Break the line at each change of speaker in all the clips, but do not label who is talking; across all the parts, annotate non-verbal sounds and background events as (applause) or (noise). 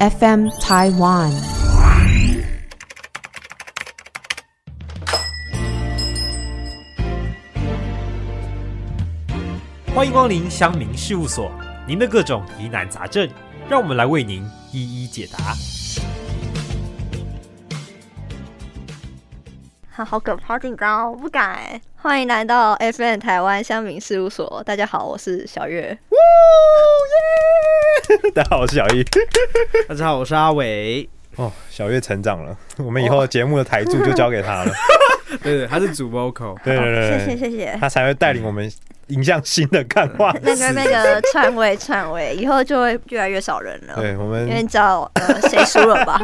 FM Taiwan。
欢迎光临乡民事务所，您的各种疑难杂症，让我们来为您一一解答。
好好可怕，好紧张哦，我不敢欸。欢迎来到 FN 台湾乡民事务所，大家好，我是小月。
(laughs) 大家好，我是小易。
大家好，我是阿伟。
哦，小月成长了， (laughs) 我们以后节目的台柱就交给他了。
对对，他是主
(laughs)
vocal。
哦对对对
谢
对
谢谢谢。
他才会带领我们迎向新的干化。
那个那个篡位篡位，以后就会越来越少人了。
对我
因为
们
你知道呃谁输了
(laughs)
吧？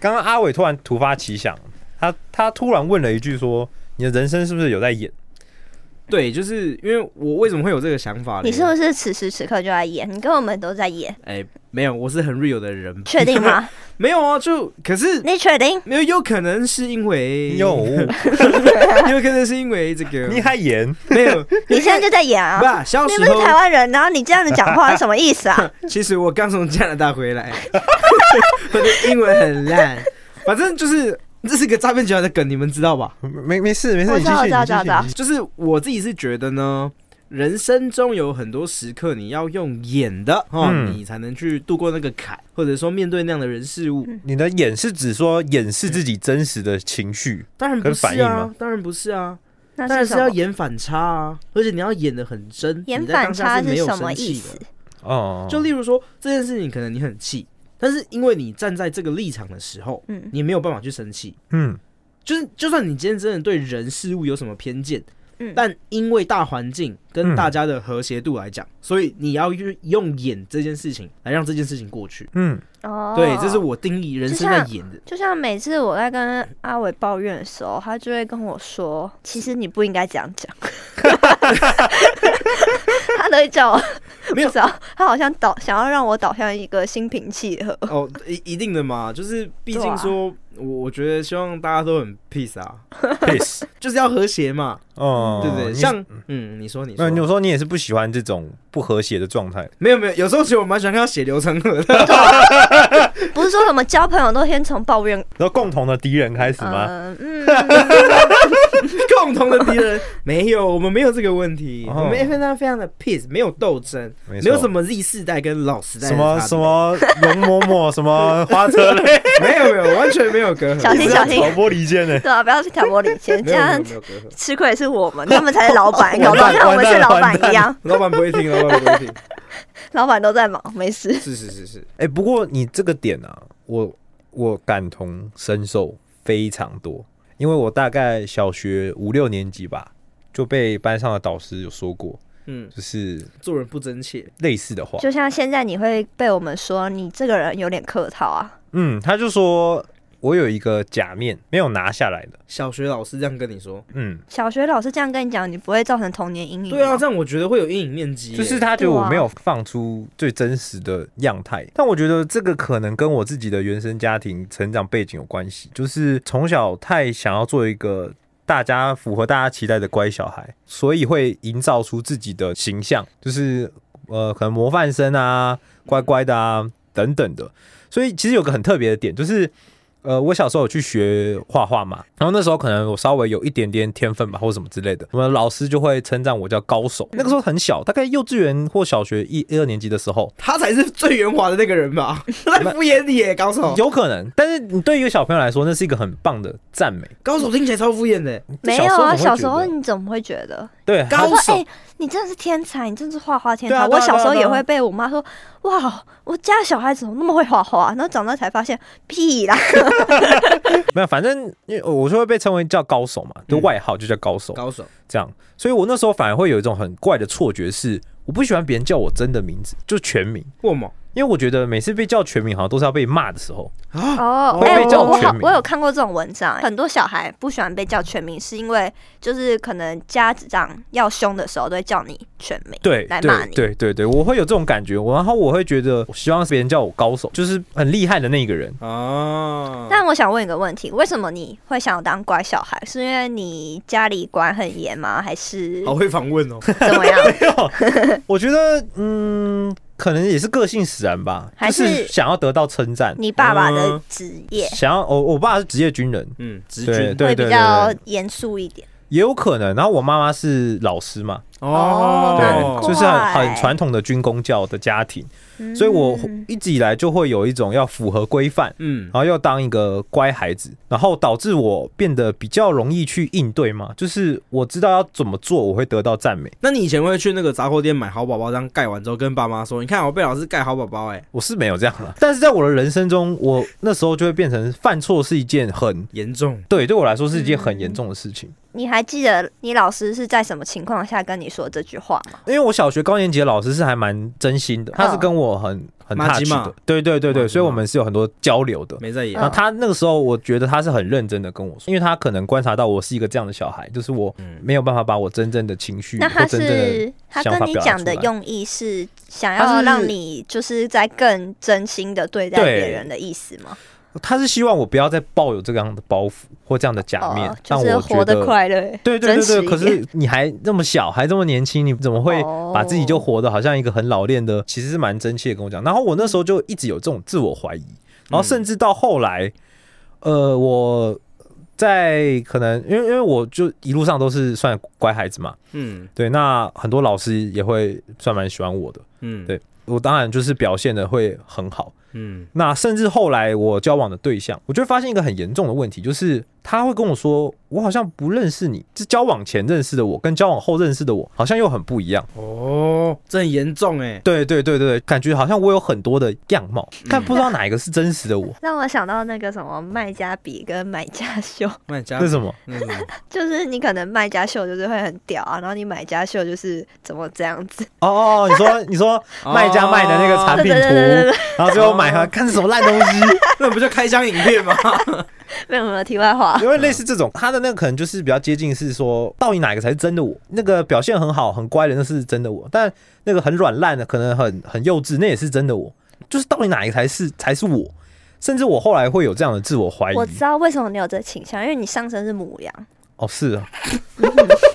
刚刚阿伟突然突发奇想，他他突然问了一句说：“你的人生是不是有在演
对，就是因为我为什么会有这个想法呢？
你是不是此时此刻就在演？你跟我们都在演，
哎、没有，我是很 real 的人。
确定
(laughs)
吗？
没有啊，就可是
你确定？
没有，有可能是因为
有，
(laughs) 有可能是因为这个
你还演
没有。
你现在就在演啊！
不、小
你
时
不是台
候，
湾人，然后你这样子讲话什么意思
(laughs)
啊？
其实我刚从加拿大回来， (laughs) 我的英文很烂。反正就是这是个诈骗集团的梗，你们知道吧？
没没事没事，
我
你
知
继
道我
续
知道
你
我知道
继续你继续
就是我自己是觉得呢，人生中有很多时刻你要用演的哦，
嗯
你才能去度过那个坎，或者说面对那样的人事物。
嗯
你的演是指说掩饰自己真实的情绪，
当然不
跟
是
反应
啊
吗，
当然不是啊，
那
当然
什
是
么
要？演反差啊，而且你要演的很真。
演
你在
反
当下
差
是没有
什么
生气
意
的
思？？
哦，
就例如说这件事情，可能你很气，但是因为你站在这个立场的时候，
嗯，
你没有办法去生气。
嗯，
就是，就算你今天真的对人事物有什么偏见，
嗯
(laughs) 但因为大环境跟
嗯
大家的和谐度来讲，所以你要用用演这件事情来让这件事情过去。
嗯
哦，
对，这是我定义人生在
就像
演的。
就像每次我在跟阿伟抱怨的时候，他就会跟我说：“其实你不应该这样讲。” (laughs) 他都会叫我，
没有
不知道，他好像导想要让我导向一个心平气和。 (laughs)
哦，一一定的嘛，就是毕
对啊
竟说，我我觉得希望大家都很 peace 啊，
，peace，
就是要和谐嘛，
哦，
对不对？
你
像嗯，你说你
那
说，
你有时候你也是不喜欢这种不和谐的状态，
没有没有，有时候其实我蛮喜欢看到血流成河 (laughs) 的。
不是说什么交朋友都先从抱怨，
然后共同的敌人开始吗？
嗯嗯，
共同的敌人没有，我们没有这个问题，
哦
我们 F N 非常的 peace，没有斗争，
没
没有
错
什么 Z 世代跟老时代
什
的
么
差别
什，么容嬷 (laughs) 嬷，什么花车嘞，
(laughs) 没有没有，完全没有隔阂，
小心小
挑
心，
拨离间呢。
对啊，不要去挑拨离
(laughs)
间，
没
这
有没
样
有没有隔阂，
吃亏的是我们，他们才是老板，搞
完
不好
蛋
像我们是
完蛋
老板
完蛋
一样，
老板不会听，老板不会听， (laughs)
老板都在忙，没事。
是是是是，
哎、不过你这个点啊，我我感同身受非常多，因为我大概小学五六年级吧，就被班上的导师有说过，
嗯，
就是
做人不真切，
类似的话。
就像现在你会被我们说你这个人有点客套啊，
嗯，他就说我有一个假面没有拿下来的。
小学老师这样跟你说，
嗯，
小学老师这样跟你讲，你不会造成童年阴影吗。
对啊，这样我觉得会有阴影面积耶，
就是他觉得我没有放出最真实的样态，但我觉得这个可能跟我自己的原生家庭成长背景有关系，就是从小太想要做一个大家符合大家期待的乖小孩，所以会营造出自己的形象，就是呃，可能模范生啊、乖乖的啊等等的。所以其实有个很特别的点，就是呃，我小时候有去学画画嘛，然后那时候可能我稍微有一点点天分吧，或什么之类的，我们老师就会称赞我叫高手。那个时候很小，大概幼稚园或小学一一二年级的时候，
他才是最圆滑的那个人吧？他在敷衍你耶，高手，
有可能。但是你对于一个小朋友来说，那是一个很棒的赞美。
高手听起来超敷衍的，
没有啊，小时
怎么
候
会觉得
你怎么会觉得？
对
高
我说
手
哎、你真的是天才，你真的是画画天才。
对啊对
我
啊
小时候
对啊对啊
也会被我妈说，哇，我家小孩怎么那么会画画、啊然后长大才发现，屁啦，
没有，反正因为我就会被称为叫高手嘛，就
嗯
外号就叫高手。
高手，
这样，所以我那时候反而会有一种很怪的错觉是，我不喜欢别人叫我真的名字，就全名，
过猛
因为我觉得每次被叫全名好像都是要被骂的时候。
啊！
哦，
会
哎、
被
我
叫
我
全
好
名
我有看过这种文章，欸很多小孩不喜欢被叫全名，是因为就是可能家长要凶的时候都会叫你全名，
对
来骂
对
你
对对对，我会有这种感觉，我然后我会觉得，我希望别人叫我高手，就是很厉害的那个人。
啊，
但我想问一个问题，为什么你会想要当乖小孩？是因为你家里管很严吗？还是
(laughs)
好会访问哦，
怎么样？
我觉得，嗯，可能也是个性使然吧，
还
就是想要得到称赞，
你爸爸的
嗯
职业
想要我我爸是职业军人，
嗯，直
对
觉
对
会
对
比
对
较
对，
严肃一点。
也有可能。然后我妈妈是老师嘛，
哦难
对，
怪
就是很很传统的军工教的家庭，所以我
嗯
一直以来就会有一种要符合规范，
嗯
然后要当一个乖孩子，然后导致我变得比较容易去应对嘛，就是我知道要怎么做，我会得到赞美。
那你以前会去那个杂货店买好宝宝，这样盖完之后跟爸妈说：“你看我被老师盖好宝宝。”哎，
我是没有这样了，但是在我的人生中，我那时候就会变成犯错是一件很
严重。
对对我来说是一件很严重的事情，
嗯
你还记得你老师是在什么情况下跟你说这句话吗？
因为我小学高年级的老师是还蛮真心的，他是
嗯
跟我很很
麻
touch
吉啊嘛
的，对对对
麻
对，
吉
所以我
嘛
们是有很多交流的。
没在演
然后他那个时候，我觉得他是很认真的跟我说，因为他可能观察到我是一个这样的小孩，就是我
嗯
没有办法把我真正的情绪
那
嗯或
他
真正的
是他
想法
跟你
表达
讲
出
的
来
用意是想
他
要
是
让你就是在更真心的对待
对
别人的意思吗？
他是希望我不要再抱有这样的包袱或这样的假面
哦，，就
让
是
我觉
活得
得。
快乐，
对对对对，
真实一
可
点
是你还这么小，还这么年轻，你怎么会
哦
把自己就活得好像一个很老练的？其实是蛮真切地跟我讲。然后我那时候就一直有这种自我怀疑，
嗯
然后甚至到后来，呃，我在可能因为因为我就一路上都是算乖孩子嘛，
嗯
对，那很多老师也会算蛮喜欢我的，
嗯，
对我当然就是表现的会很好。
嗯
那甚至后来我交往的对象，我就会发现一个很严重的问题，就是他会跟我说，我好像不认识你，就交往前认识的我跟交往后认识的我好像又很不一样。
哦，这很严重哎。
对对对对，对感觉好像我有很多的样貌，
嗯
但不知道哪一个是真实的我。
让我想到那个什么卖家比跟买家秀， (laughs)
那你家
为什么？
那什么？
就是你可能卖家秀就是会很屌啊，然后你买家秀就是怎么这样子， (laughs)
哦哦，哦你说你说卖家卖的那个产
对
品
哦对对对对
图，然后最后买它，看是什么烂东西，
那不就开箱影片
(laughs)
吗？
没有没有题外话，
因为类似这种，他的那个可能就是比较接近是说，到底哪一个才是真的我？那个表现很好、很乖的那是真的我，但那个很软烂的，可能很很幼稚，那也是真的我。就是到底哪一个才是才是我？甚至我后来会有这样的自我怀疑
我。知道为什么你有这倾向，因为你上身是母羊，
哦，是啊，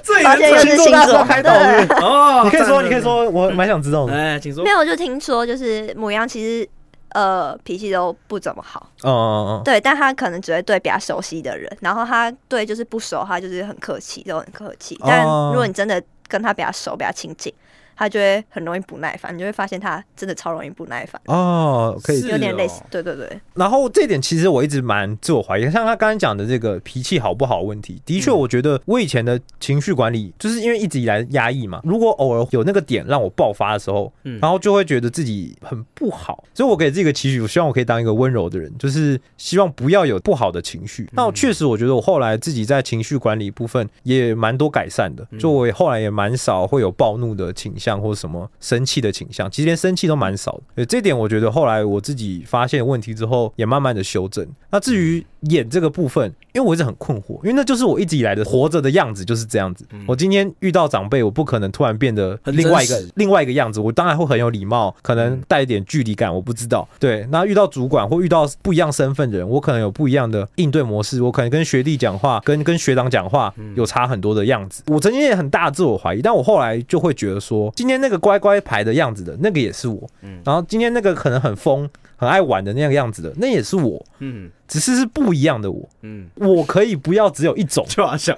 这
(laughs) 发现
也
又
是
是星座，
开导
对，
哦，
你可以
赞
说，
了
你可以。说，我蛮想知道的。
哎，请说
(laughs) 没。有我就听说就是母羊其实呃脾气都不怎么好，
嗯
哦
嗯嗯
对，但他可能只会对比较熟悉的人，然后他对就是不熟他就是很客气，都很客气，但
哦
如果你真的跟他比较熟、比较亲近，他就会很容易不耐烦，你就会发现他真的超容易不耐烦。
嗯，哦，可以
是。
有点类
哦
似，对对对， (laughs)
然后这一点其实我一直蛮自我怀疑，像他刚才讲的这个脾气好不好问题，的确
嗯
我觉得我以前的情绪管理，就是因为一直以来压抑嘛，如果偶尔有那个点让我爆发的时候，
嗯
然后就会觉得自己很不好，所以我给自己一个期许，我希望我可以当一个温柔的人，就是希望不要有不好的情绪。
嗯
那我确实，我觉得我后来自己在情绪管理部分也蛮多改善的，
嗯
就我也后来也蛮少会有暴怒的倾向或什么生气的倾向，其实连生气都蛮少的。呃，这点我觉得后来我自己发现问题之后，也慢慢的修正。那至
嗯
于演这个部分，因为我一直很困惑，因为那就是我一直以来的活着的样子就是这样子。我今天遇到长辈，我不可能突然变得
嗯很
另外一个
真实
另外一个样子，我当然会很有礼貌，可能带一点距离感，我不知道。对，那遇到主管或遇到不一样身份的人，我可能有不一样的应对模式，我可能跟学弟讲话，跟跟学长讲话有差很多的样子。我曾经也很大的自我怀疑，但我后来就会觉得说，今天那个乖乖牌的样子的那个也是我，然后今天那个可能很疯、很爱玩的那个样子的那也是我，
嗯
只是是不一样的我。
嗯，
我可以不要只有一种，
就好笑。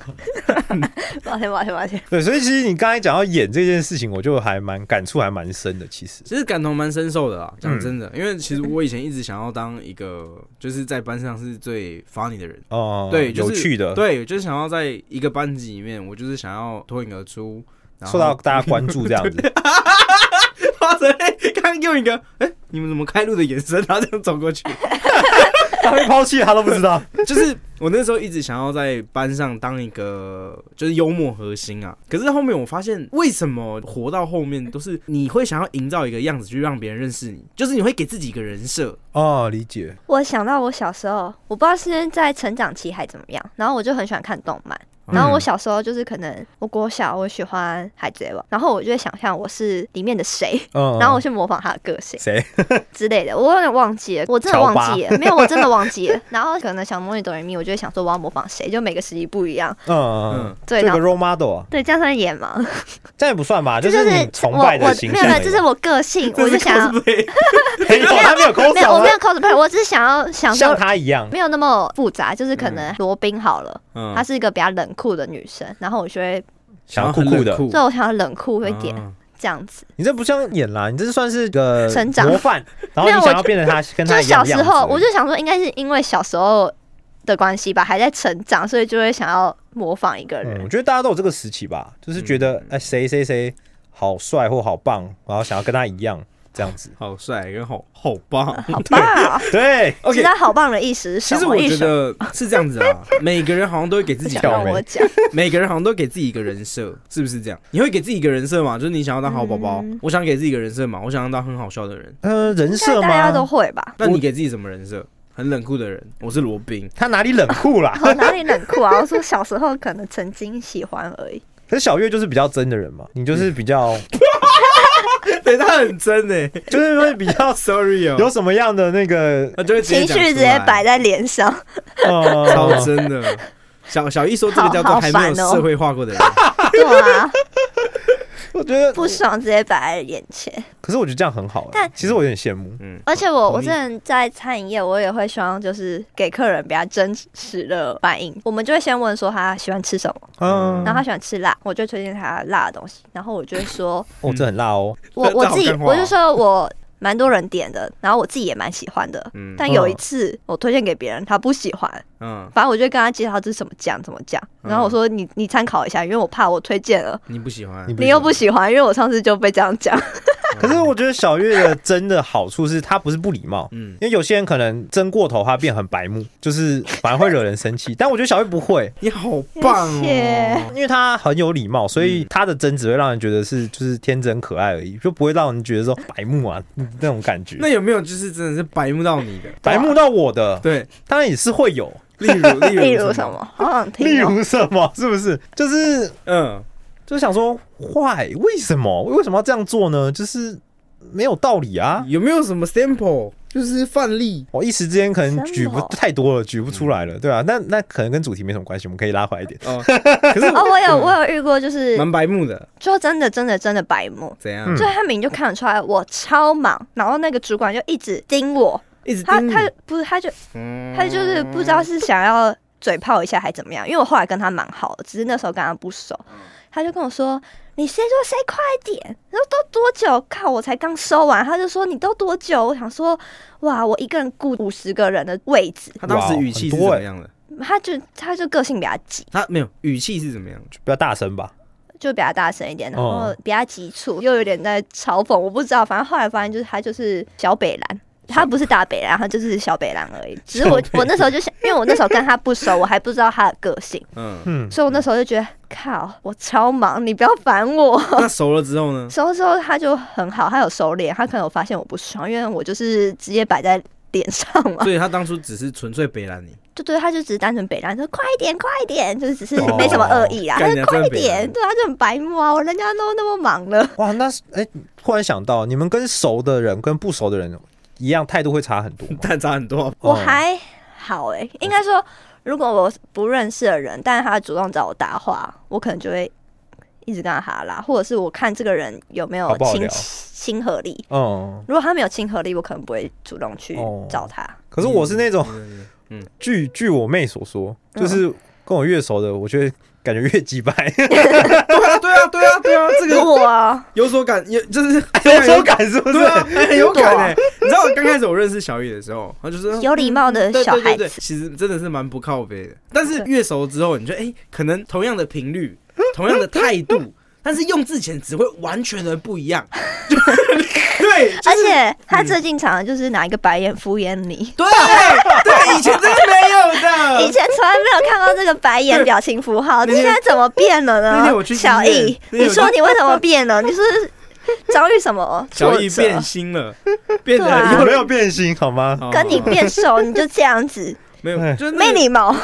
抱歉抱歉抱歉，
(laughs) 对，所以其实你刚才讲到演这件事情，我就还蛮感触还蛮深的。其实，
其实感同蛮深受的啦，讲
嗯
真的，因为其实我以前一直想要当一个就是在班上是最 funny 的人，
哦，
对，就
有
是
趣的，，
对，就是想要在一个班级里面，我就是想要脱颖而出，然后
受
(laughs)
到大家关注这样 (laughs) 子。
花泽类刚用一个，哎、你们怎么开路的眼神，然后这样走过去，
他被抛弃了，他都不知道。
(laughs) 就是我那时候一直想要在班上当一个就是幽默核心啊，可是后面我发现，为什么活到后面都是你会想要营造一个样子去让别人认识你，就是你会给自己一个人设，
(laughs) 哦，理解。
我想到我小时候，我不知道是在成长期还怎么样，然后我就很喜欢看动漫，
嗯
然后我小时候就是可能我国小我喜欢海贼王，然后我就会想象我是里面的谁，
嗯
然后我去模仿他的个性
谁？
之类的，我有点忘记了，我真的忘记了，没有，我真的忘记了。然后可能想模拟哆来咪，我就会想说我要模仿谁，就每个时期不一样，
嗯嗯嗯
嗯，
对，
这
然
个
后
role model 啊，
对，这样算演吗？
这样也不算吧？
这
是
是
你崇拜
我
的
我
形
没
象
有
而已。
没有，这是我个性，我就想要
cosplay
没有 (laughs) 他没有抠
没有，我
手
没有 cosplay，我只是想要想
像
说
他嗯一样。
没有那么复杂，就是可能罗宾好了，
嗯
她是一个比较冷酷的女生，然后我就会，
想要酷酷的
然后很冷酷
所以我想要冷酷一点
啊
这样子。
你这不像演啦，你这算是个
成长
模范，然后
没有
你
我
想要变成他跟
就
他
是
一样
小
的样
时
子。
候，我就想说，应该是因为小时候的关系吧，还在成长，所以就会想要模仿一个
嗯，
人
我。觉得大家都有这个时期吧，就是觉得
嗯。
哎谁谁谁好帅或好棒，然后想要跟他一样这样子
好帅跟好好棒。
好棒！啊
对，
知
(laughs) OK，
道好棒的意思是
其
什
实
么
我
意
觉
思？
得是这样子啊，每个人好像都会给自
不
己
想
跳
让
门
我讲，
每个人好像都给自己一个人设，是不是这样？你会给自己一个人设嘛？就是你想要当好宝宝，
嗯
我想给自己一个人设嘛，我想要当很好笑的人。
呃，人
应
设
该大家都
吗？
会吧？
那你给自己什么人设？很冷酷的人，我是罗宾。
他哪里冷
(laughs)
酷啦？
我哪里冷酷啊？我说小时候可能曾经喜欢而已。
可是小月就是比较真的人嘛，你
嗯
就是比较
(laughs) 对他很真诶、
就是会比
(laughs)
较
sorry 哦
(laughs) 有什么样的那个
他就会直接
情
讲
绪直接摆在脸
(laughs)
上，
出来，超
呃，
真的。小小一说这个叫做
好好
还没有
烦哦
社会化
(laughs)
过的人，
对啊，
我觉得
不爽直接摆在眼前。
可是我觉得这样很好、欸，
但
其实我有点羡慕。
嗯，
而且我我
同意
之前在餐饮业，我也会希望就是给客人比较真实的反应。我们就会先问说他喜欢吃什么，
嗯，
然后他喜欢吃辣，我就推荐他辣的东西。然后我就会说，
哦，这很辣哦，
我
这
我
好
自己
干话哦
我就说我蛮多人点的，然后我自己也蛮喜欢的。
嗯
但有一次我推荐给别人，他不喜欢，
嗯，
反正我就跟他介绍这是什么酱怎么酱，然后我说你你参考一下，因为我怕我推荐了
你不喜欢
你，不
你又不喜欢，因为我上次就被这样讲。
可是我觉得小月的真的好处是，她不是不礼貌，
嗯
因为有些人可能争过头，她变很白目，就是反而会惹人生气。但我觉得小月不会，
你好棒
谢谢
哦，
因为她很有礼貌，所以她的争只会让人觉得是就是天真可爱而已，就不会让人觉得说白目啊那种感觉
那。有没有就是真的是白目到你的？
白目到我的，
对，
当然也是会有，
例
(laughs)
如例如
例如什？么，好想
例
听哦。
如什么，是不是？就是
嗯，
就是想说，why？为什么？为什么要这样做呢？就是没有道理啊！
有没有什么 sample 就是范例？
我一时之间可能
真
举不
的哦
太多了，举不出来了，对啊，那那可能跟主题没什么关系，我们可以拉回来一点。
哦，可是
哦，我有我有遇过，就是
蛮白目的，
就真的真的真的白目，
怎样？
嗯
就他明明就看得出来我超忙，然后那个主管就一直盯我，
一直
他
盯你
他不是他就
嗯
他就是不知道是想要嘴炮一下还怎么样，因为我后来跟他蛮好的，只是那时候跟他不熟，
嗯
他就跟我说。你先说谁快点？然后都多久？靠，我才刚收完，他就说你都多久？我想说，哇，我一个人顾五十个人的位置，
他当时语气是怎
哇很多
么
欸
样的？
他就他就个性比较急，
他没有语气是怎么样的？
不要大声吧，
就比较大声一点，然后
哦
比较急促，又有点在嘲讽，我不知道，反正后来发现就是他就是小北兰。他不是大北兰，他就是小北兰而已。只是我
小北兰
我那时候就想，因为我那时候跟他不熟，我还不知道他的个性， (laughs)
嗯，
嗯，
所以我那时候就觉得靠，我超忙，你不要烦我。 (laughs)
那熟了之后呢？
熟了之后他就很好，他有收敛，他可能有发现我不爽，因为我就是直接摆在脸上
(laughs)
嘛，
所以他当初只是纯粹北兰你， (laughs)
就对，他就只是单纯北兰说快一点，快一点，就是只是没什么恶意啦。
哦
他
干
说
人家
快
真
一
的北兰
点，对，他就很白目啊，我人家都那么忙了。
哇，那是哎、忽然想到，你们跟熟的人跟不熟的人一样，态度会差很多吗。
但差很多。
我
哦
还好哎、应该说，如果我不认识的人，但是他主动找我搭话，我可能就会一直跟他哈拉，或者是我看这个人有没
好
有
不好
亲
聊
亲和力。
嗯，
如果他没有亲和力，我可能不会主动去
哦
找他。
可是我是那种，据据我妹所说，就是跟我越熟的，我觉得感觉越鸡掰，
对啊，对啊，对啊，对啊，这
如 (laughs)
个
果啊，
(laughs) 有所感，有就是
有手感是不是
对？啊，很有感哎。你知道我刚开始我认识小雨的时候，他就是
啊有礼貌的
对
小
对
孩
对
子
对，，其实真的是蛮不靠背的。但是越熟之后，你就哎、可能同样的频 (laughs) 率、同样的态度，但是用字遣词会完全的不一 (laughs) 样。对，就
而
是
且他最近常常就是拿一个白眼敷衍
(laughs)
你。
对对，以前真的没有的。
以前从来没有看过这个白
(laughs)
眼表情符号，
呃
你
那天
现在怎么变了
那天
呢
我？去医
小
院
易，
那天
你
我去
说你为什么变了？你是不是 (laughs) 遭遇什么挫
小
折？
易变心了，变得
对啊
有
有没有变心好吗？
哦
跟你变熟，你就这样子，
没有
哎，
(laughs) 就是嗯那
没
个
礼貌，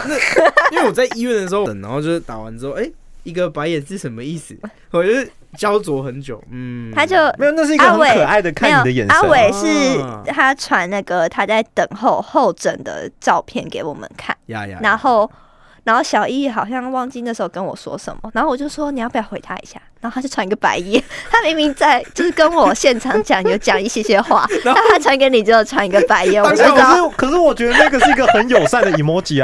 因为我在医院的时候，然后就是打完之后，哎、一个白眼是什么意思？我就是焦灼很久，嗯，
他就
没有，那是一个很可爱的
没
看你
有
的眼神
阿
啊。
伟
啊
是他传那个他在等候候诊的照片给我们看，
呀
嗯
呀，
然后然后小易好像忘记那时候跟我说什么，然后我就说你要不要回他一下，然后他就传一个白眼， (laughs) 他明明在就是跟我现场讲有讲一些些
(laughs)
话，但他传给你只有传一个白眼，我
当
不
下
知道。
哎可是可是我觉得那个是一个很友善的 emoji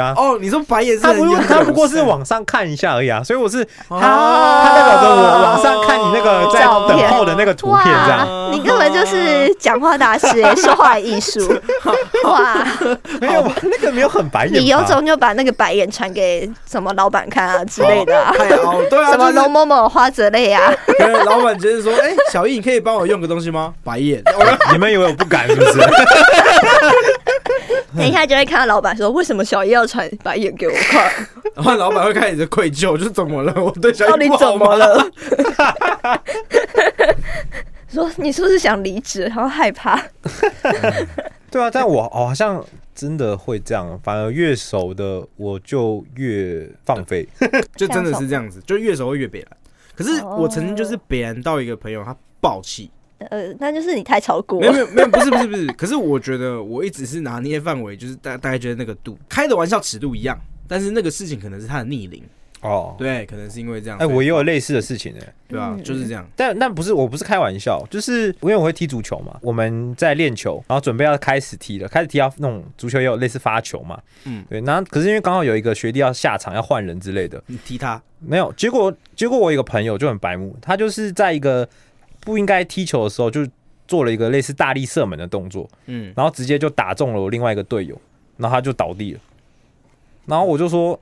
(laughs)
啊。
哦，你说白眼是
他
很
不
有
是
可能
他不过是往上看一下而已啊，所以我是他
哦
他代表着我往上看你那个在
照片
等候的那个图片啊这样。
哇，你根本就是讲话大
(laughs)
师、欸，说话艺术！哇，
没有吧？那个没有很白眼吧。
你有种就把那个白眼传给什么老板看啊之类的啊，
太哦，对啊，
什么
就是
龙某某花泽类啊，
可能老板就是说，哎、小易，你可以帮我用个东西吗？白
(laughs)
眼，
(laughs) 你们以为我不敢是不是？
等一下就会看到老板说为什么小叶要传白眼
(laughs)
给我看，
然后老板会开始愧疚，就是怎么了？我对小
到
易
底
不好
怎么
吗？ (laughs)
了？说你是不是想离职，然后害怕？
对啊，但我好像真的会这样，反而越熟的我就越放
(laughs)
飞。
就真的是这样子，就越熟会越北蓝。可是我曾经就是北蓝到一个朋友，他暴气，
呃，那就是你太超过
没有没有没有，不是不是不是。可是我觉得我一直是拿捏范围，就是大大概觉得那个度，开的玩笑尺度一样，但是那个事情可能是他的逆鳞，
哦，
对，可能是因为这样。
哎，我
所以
也有类似的事情哎、
对啊，就是这样。
但但不是，我不是开玩笑，就是因为我会踢足球嘛，我们在练球，然后准备要开始踢了，开始踢到那种足球也有类似发球嘛，
嗯
嗯，对，然后可是因为刚好有一个学弟要下场要换人之类的，
你踢他，
没有，结果结果我有一个朋友就很白目，他就是在一个不应该踢球的时候就做了一个类似大力射门的动作，
嗯，
然后直接就打中了我另外一个队友，然后他就倒地了，然后我就说。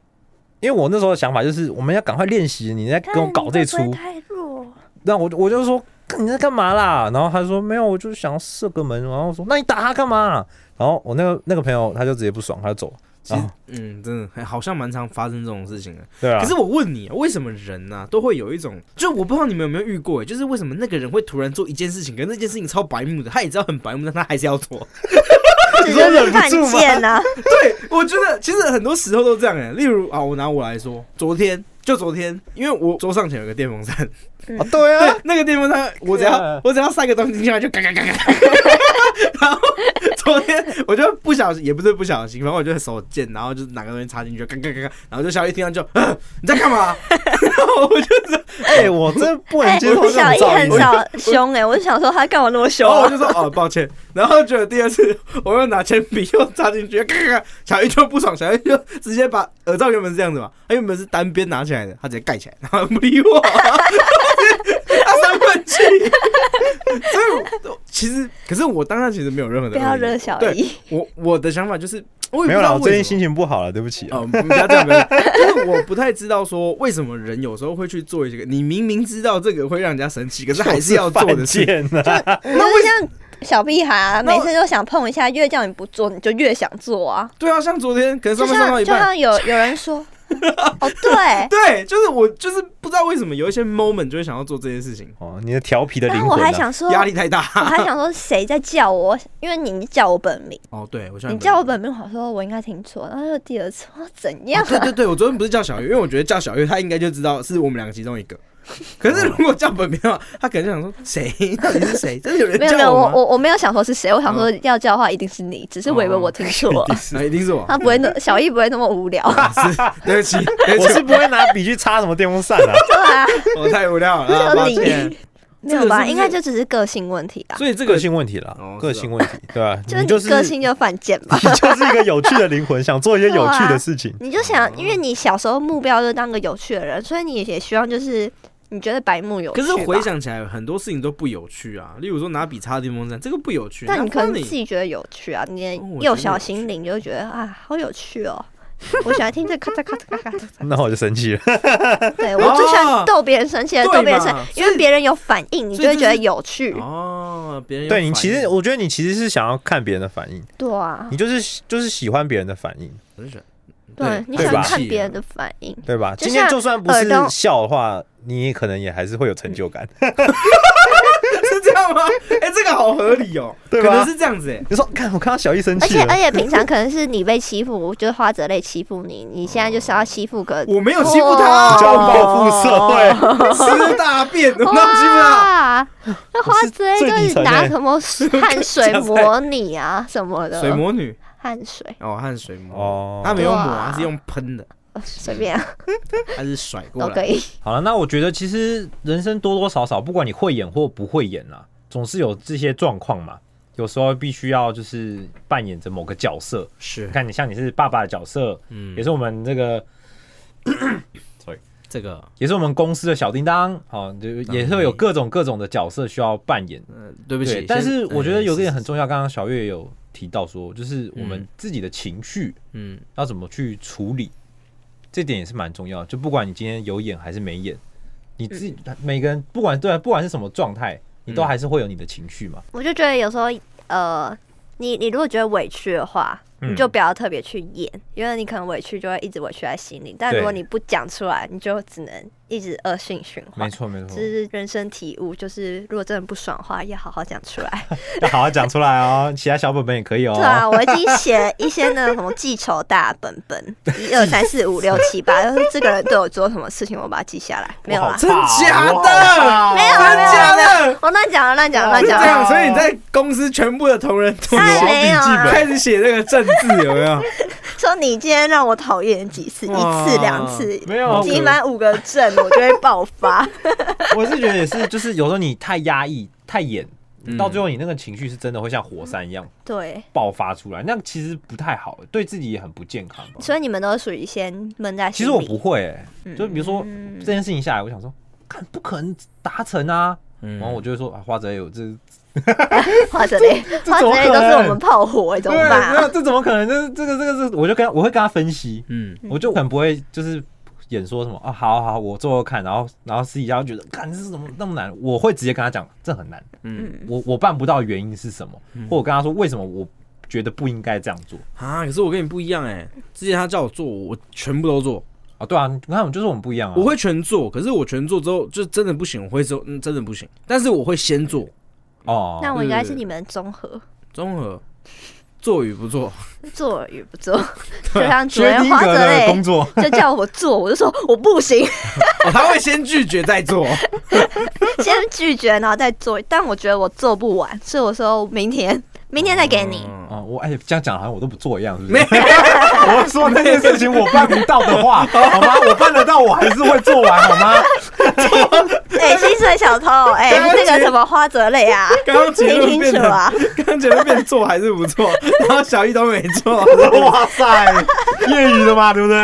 因为我那时候的想法就是，我们要赶快练习，你在跟我搞这出，
太弱。干
那我就我就说干你在干嘛啦？然后他说没有，我就想要射个门。然后我说那你打他干嘛？然后我那个那个朋友他就直接不爽，他就走了。
其实
啊
嗯，真的还好像蛮常发生这种事情的。
对啊，
可是我问你，为什么人呢、都会有一种，就我不知道你们有没有遇过，就是为什么那个人会突然做一件事情，跟那件事情超白目的，他也知道很白目，但他还是要
(laughs)
做。
这就是犯贱呐、
(laughs)
啊！
对，我觉得其实很多时候都这样哎。例如啊，我拿我来说，昨天就昨天，因为我桌上前有个电风扇，
啊对啊，
那个电风扇我只
对
要
啊
我只要塞个东西进来就嘎嘎 (laughs) 嘎嘎。然后昨天我就不小心，也不是不小心，反正我就手贱，然后就哪个东西插进去就嘎嘎嘎嘎，然后就小一听到就， (laughs) 呃你在干嘛？ (laughs) 然后我就
哎、我真不能
哎，
接受这种
小易
噪
很
音。
少凶哎、我就想说他干嘛那么凶
然后我
啊？
就说哦，抱歉。然后就第二次，我又拿铅笔又插进去，咔咔咔，小玉就不爽，小玉就直接把耳罩原本是这样子嘛，他原本是单边拿起来的，他直接盖起来，然后不理我， (laughs) 他生闷气。所以我其实，可是我当下其实没有任何的
不要
恶意
惹小
对
易，
我我的想法就是，我也
没有
不知
啦，
道
我最
为
近
什
心
么。
情不好了，对不起。啊
哦，不要这样，不要这样就是我不太知道说为什么人有时候会去做一个你明明知道这个会让人家生气，可是还是要做的事。
贱呢、啊，
那为像小屁孩啊，
那
每
我
次都想碰一下，越叫你不做，你就越想做啊。
对啊，像昨天可能
就
上班上到
像
一
就
半，
像有有人
(laughs)
说，哦对，
对，就是我就是不知道为什么有一些 moment 就会想要做这些事情，
哦，你的调皮的
然
灵
后我
魂、
还
啊。
想说，
压力太大。
我还想说谁在叫我，因为你叫我本名，
哦，对，我想
你叫我本名，我说我应该听错，然后又第二次，我说怎样
哦对
啊？
对对，我昨天不是叫小月，因为我觉得叫小月，他应该就知道是我们两个其中一
(laughs)
个。可是如果叫本名的话，他可能就想说谁？到底是谁？真的有人
(laughs) (laughs) 没有没有，
叫
我
吗？嗯
我我没有想说是谁，我想说要叫的话一定是你，只是
哦
我以为我听错
(laughs)
了，
那一
(laughs)
定是我。啊
他不会那小易不会那么无
(laughs)
聊，
是，对不起，对不
我
起，
是不会拿笔去擦什么电风扇啊。
对啊，
我太
(laughs)
无聊了，啊
只有
抱
你
歉。
没有
这个
吧？
是不是
应该就只是个性问题啊，
所以这
个
个
性问题啦，
哦
个
是啊
性问题，对吧、
就是
你
你
就是
个性就犯贱吧。
(laughs) 你就是一个有趣的灵魂，想做一些有趣的事情。
你就想，因为
嗯
你小时候目标就是当个有趣的人，所以你也希望就是你觉得白目有趣
可
吧。
是回想起来，很多事情都不有趣啊。例如说拿笔插电风扇，这个不有趣。
但你可能
那
自己觉得有趣啊，你
哦
的
我觉得
幼
有
小
趣
心灵就会觉得啊，好有趣
(laughs)
哦。我喜欢听这咔嚓咔嚓咔嚓咔
那我就生气了。
嚓，对我最喜欢逗别人生气的，
哦对
逗别人
嘛
生，因为别人有反应，你
所
就会
以这
觉得
是
有趣。
哦，别人有
对你，
反
其
应
实我觉得你其实是想要看别人的反应，
对啊
你，就是就是喜欢别人的反应，
我就觉得
对，啊你
对
想
吧
看别人的反应。
对吧？
就像
今天就算不是
耳朵
笑的话，你也可能也还是会有成就感。
是这样道吗？哎，这个好合理哦，
对
可
吧
能是这样子哎。
(laughs) 你说，看我看到小易生
而
气
啊
且哎
了
而，且平常可能是你被欺负，就是花泽类欺负你，你现在就是要欺负个
我没有欺负他，
就要报复社会，
吃大便，我哪有欺负他？
哇，那花泽类就是拿什么汗水模拟啊什么的，
水魔女
汗水
哦，和水魔
哦
他没有抹，
哇
他是用喷的，
呃随便啊
他是甩过
都可
来。
以。
(laughs)
(laughs)
好了，那我觉得其实人生多多少少，不管你会演或不会演啦、总是有这些状况嘛。有时候必须要就是扮演着某个角色，
是
你，看你像你是爸爸的角色，
嗯
也，是我们这个
这个，
也是我们公司的小叮当，哦，就也是会有各种各种的角色需要扮演。
呃，对不
对
起，，
但
先
是我觉得有一点，很
哎
重要，刚刚小月有提到说，就是我们
嗯
自己的情绪
是嗯，
要怎么去处理，这点也是蛮重要的。就不管你今天有演还是没演，你自己每个人不管对啊，不管是什么状态，你都
嗯
还是会有你的情绪嘛。
我就觉得有时候，呃，你你如果觉得委屈的话，
嗯
你就不要特别去演，因为你可能委屈就会一直委屈在心里。但
对
如果你不讲出来，你就只能一直恶性循
没
环。
错没
这
错，
是人生体悟，就是如果真的不爽的话，要好好讲出来。
要好好讲出来哦，其他小本本也可以哦。
对啊，我已经写一些那个什么记仇大本
(laughs)
本，一二三四五六七八，就是这个人对我做什么事情，我把它记下来。没有啦，
真假
哇
的？
没有啦没有啦
真假
没有啦，
的？
我乱讲了乱讲了乱
是这
讲了。
样，所以你在公司全部的同仁都
当然没有啊
开始写那个政治，有没有？
说你今天让我讨厌几次，一
哇
次两次，
没有
集满五个证，我就会爆
(laughs)
发。
我是觉得也是，就是有时候你太压抑、太演，
嗯
到最后你那个情绪是真的会像火山一样
对，
爆发出来，那其实不太好，对自己也很不健康吧。
所以你们都是属于先闷在
其
心里。
实我不会、欸，
嗯
就比如说这件事情下来，我想说，看不可能达成啊，
嗯
然后我就会说，啊，花泽有这
花泽类，花泽类都是我们炮火，怎么
对
办
没有
啊？
这怎么可能？这这个这个是，我就跟他我会跟他分析，
嗯，
我就可能不会就是演说什么啊，好好，我做做看，然后然后私底下就觉得，看这是怎么那么难，我会直接跟他讲，这很难，嗯
嗯，
我我办不到原因是什么，或我跟他说为什么我觉得不应该这样做
(laughs) 啊，可是我跟你不一样哎，之前他叫我做，我全部都做，
啊，对啊，你看我们就是我们不一样啊，
我会全做，可是我全做之后就真的不行，我会说嗯真的不行，但是我会先做
哦，
那我应该是你们综合，
综合。做与不做，
做与不
(laughs)
做。就
啊
像主任花泽
的工
类
作， (laughs)
就叫我做，我就说我不行，
哦，他会先拒绝
(laughs)
再做，
先拒绝，然后再做。但我觉得我做不完，所以我说明天，明天再给你。
嗯
啊，我哎、这样讲好像我都不做一样，是不是？我说那件事情我办不到的
(laughs)
话，好吗？我办得到，我还是会做完，好吗？
哎，薪水小
(laughs)
偷，哎，那个什么花泽类啊，
刚刚结论
听
变
清楚
成
啊。
刚觉得变做还是不错，然后小易都没做，哦
(laughs) 哇塞，业余的
(laughs)
嘛，对不对？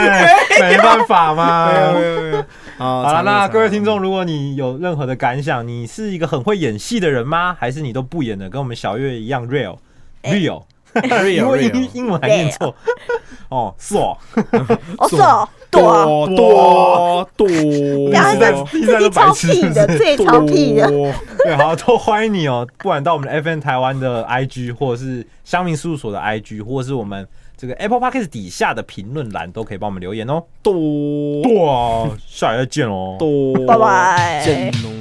没办法嘛。
有没有。好
好了，那各位听，众，如果你有任何的感想，你是一个很会演戏的人吗？还是你都不演的，跟我们小月一样 real real？因
哎
为英英文还念错哦，是哦，
我说躲，
多
(laughs)
多，
不要
你是在
自
你是在
己
做白
超
痴是
屁
不是
的，自己超屁
(laughs)
的。
哦对，好，都欢迎你哦。 (laughs) 不管到我们的 FN 台湾的 IG，或者是乡民事务所的 IG，或者是我们这个 Apple Podcast 底下的评论栏，都可以帮我们留言哦。
多
哇，下礼拜见哦。
多，
拜拜
真哦